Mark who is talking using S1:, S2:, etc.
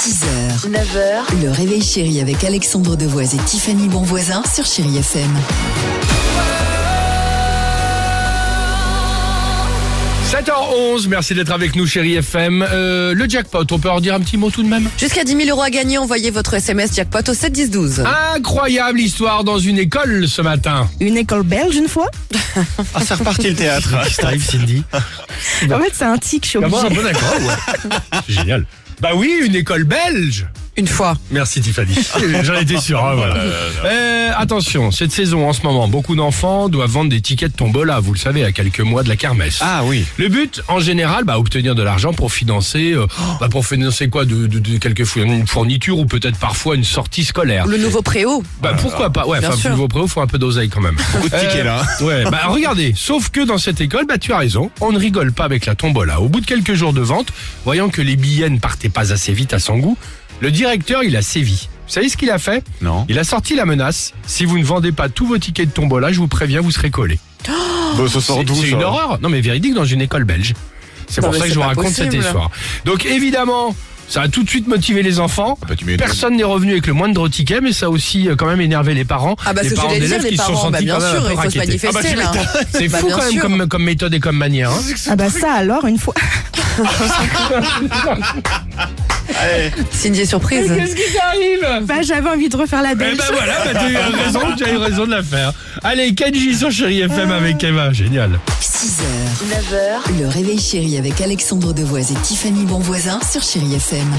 S1: 6h, 9h, le réveil chéri avec Alexandre Devoise et Tiffany Bonvoisin sur Chéri FM.
S2: Allez. 7h11, merci d'être avec nous chérie FM. Euh, le jackpot, on peut en dire un petit mot tout de même
S1: Jusqu'à 10 000 euros à gagner, envoyez votre SMS jackpot au 7 10 12.
S2: Ah. Incroyable histoire dans une école ce matin.
S3: une école belge une fois.
S4: Ah, c'est reparti le théâtre.
S2: T'arrives Ah, Cindy Bah.
S3: En fait, c'est un tic, je suis
S2: D'abord un
S3: obligée.
S2: peu d'accord, ouais. C'est Génial. Bah oui, une école belge
S1: Une fois.
S2: Merci Tiffany. J'en étais sûr. hein, voilà. Euh, attention, cette saison en ce moment, beaucoup d'enfants doivent vendre des tickets de tombola, vous le savez, à quelques mois de la kermesse.
S4: Ah oui.
S2: Le but, en général, bah, obtenir de l'argent pour financer, euh, bah, pour financer quoi, de, de- de quelques fou- une fourniture ou peut-être parfois une sortie scolaire.
S1: Le nouveau préau.
S2: Bah, pourquoi pas Ouais,
S1: Bien
S2: enfin,
S1: sûr.
S2: nouveau préau, faut un peu d'oseille quand même.
S4: Beaucoup de tickets là.
S2: Ouais, bah regardez, sauf que dans cette école, bah tu as raison, on ne rigole pas avec la tombola. Au bout de quelques jours de vente, voyant que les billets ne partaient pas assez vite à son goût, le directeur, il a sévi. Vous savez ce qu'il a fait
S4: Non.
S2: Il a sorti la menace si vous ne vendez pas tous vos tickets de tombola, je vous préviens, vous serez collés.
S4: Bon, ça
S2: Oh. C'est
S4: Bah, sort d'où
S2: c'est
S4: ça
S2: une horreur. Non, mais véridique dans une école belge. C'est
S1: Non,
S2: pour
S1: mais
S2: ça que
S1: c'est
S2: je vous
S1: pas
S2: raconte cette
S1: possible.
S2: histoire. Donc évidemment, ça a tout de suite motivé les enfants.
S4: bah, tu m'étonnes.
S2: Personne n'est revenu avec le moindre ticket, mais ça a aussi euh, quand même énervé les parents.
S1: Ah bah,
S2: les
S1: c'est ce que
S2: parents
S1: j'allais dire,
S2: d'élèves
S1: les
S2: qui se sont
S1: parents, bah,
S2: sentis
S1: bien
S2: quand même
S1: sûr,
S2: un
S1: il faut
S2: peu
S1: se
S2: raquettés.
S1: manifester,
S2: Ah bah, tu
S1: là.
S2: m'étonnes. C'est
S1: Bah,
S2: fou
S1: bien
S2: quand même
S1: sûr.
S2: comme, comme méthode et comme manière. hein.
S3: Ah bah ça alors, une fois.
S4: Allez.
S1: Cindy est surprise.
S2: qui t'arrive
S3: Bah j'avais envie de refaire la
S2: Eh
S3: belge.
S2: ben voilà, bah, t'as eu raison, tu as eu raison de la faire. Allez, Kenji sur Chéri FM avec Emma, génial.
S1: 6h, 9h, le réveil chéri avec Alexandre Devoise et Tiffany Bonvoisin sur Chéri FM.